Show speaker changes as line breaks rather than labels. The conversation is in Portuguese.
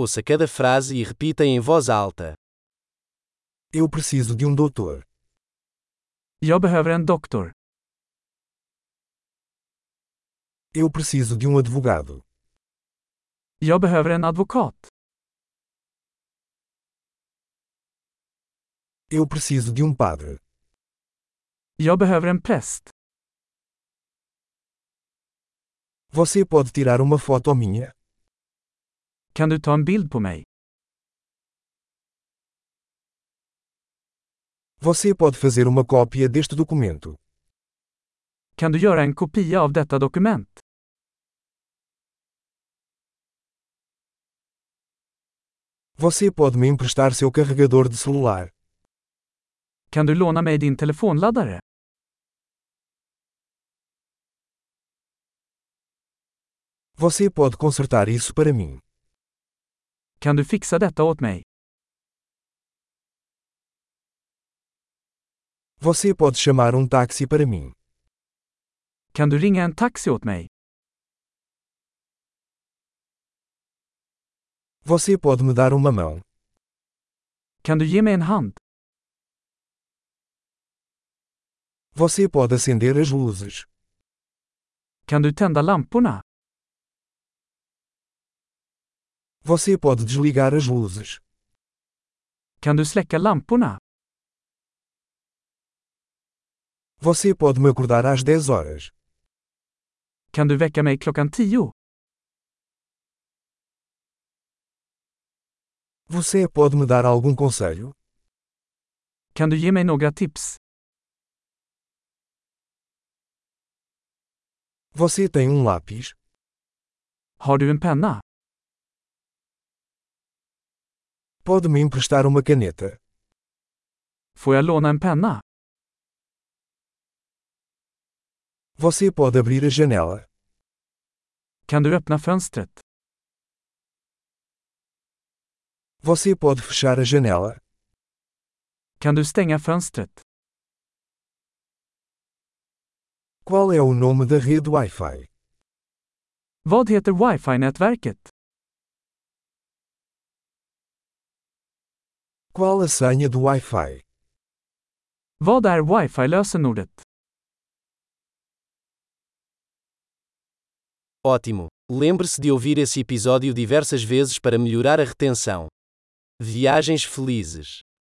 Ouça cada frase e repita em voz alta.
Eu preciso de um doutor.
Jag behöver en doktor.
Eu preciso de um advogado.
Jag behöver en advokat.
Eu preciso de um padre.
Jag behöver en präst.
Você pode tirar uma foto minha?
Kan du ta en bild på mig?
Você pode fazer uma cópia deste documento.
Kan du göra en kopia av detta dokument?
Você pode me emprestar seu carregador de celular.
Kan du låna mig din telefonladdare?
Você pode consertar isso para mim.
Kan du fixa detta åt mig?
Você pode chamar um táxi para mim.
Kan du ringa en taxi åt mig?
Você pode me dar uma mão.
Kan du ge mig en hand?
Você pode acender as luzes.
Kan du tända lamporna?
Você pode desligar as luzes.
Kan du släcka lamporna?
Você pode me acordar às 10 horas.
Kan du väcka mig klockan tio?
Você pode me dar algum conselho?
Kan du ge mig några tips?
Você tem um lápis?
Har du en penna?
Pode me emprestar uma caneta?
Får jag låna en penna?
Você pode abrir a janela?
Kan du öppna fönstret?
Você pode fechar a janela?
Kan du stänga fönstret?
Qual é o nome da rede Wi-Fi?
Vad heter wifi-nätverket?
Qual a senha do Wi-Fi?
Vad är wifi-lösenordet?
Ótimo! Lembre-se de ouvir esse episódio diversas vezes para melhorar a retenção. Viagens felizes!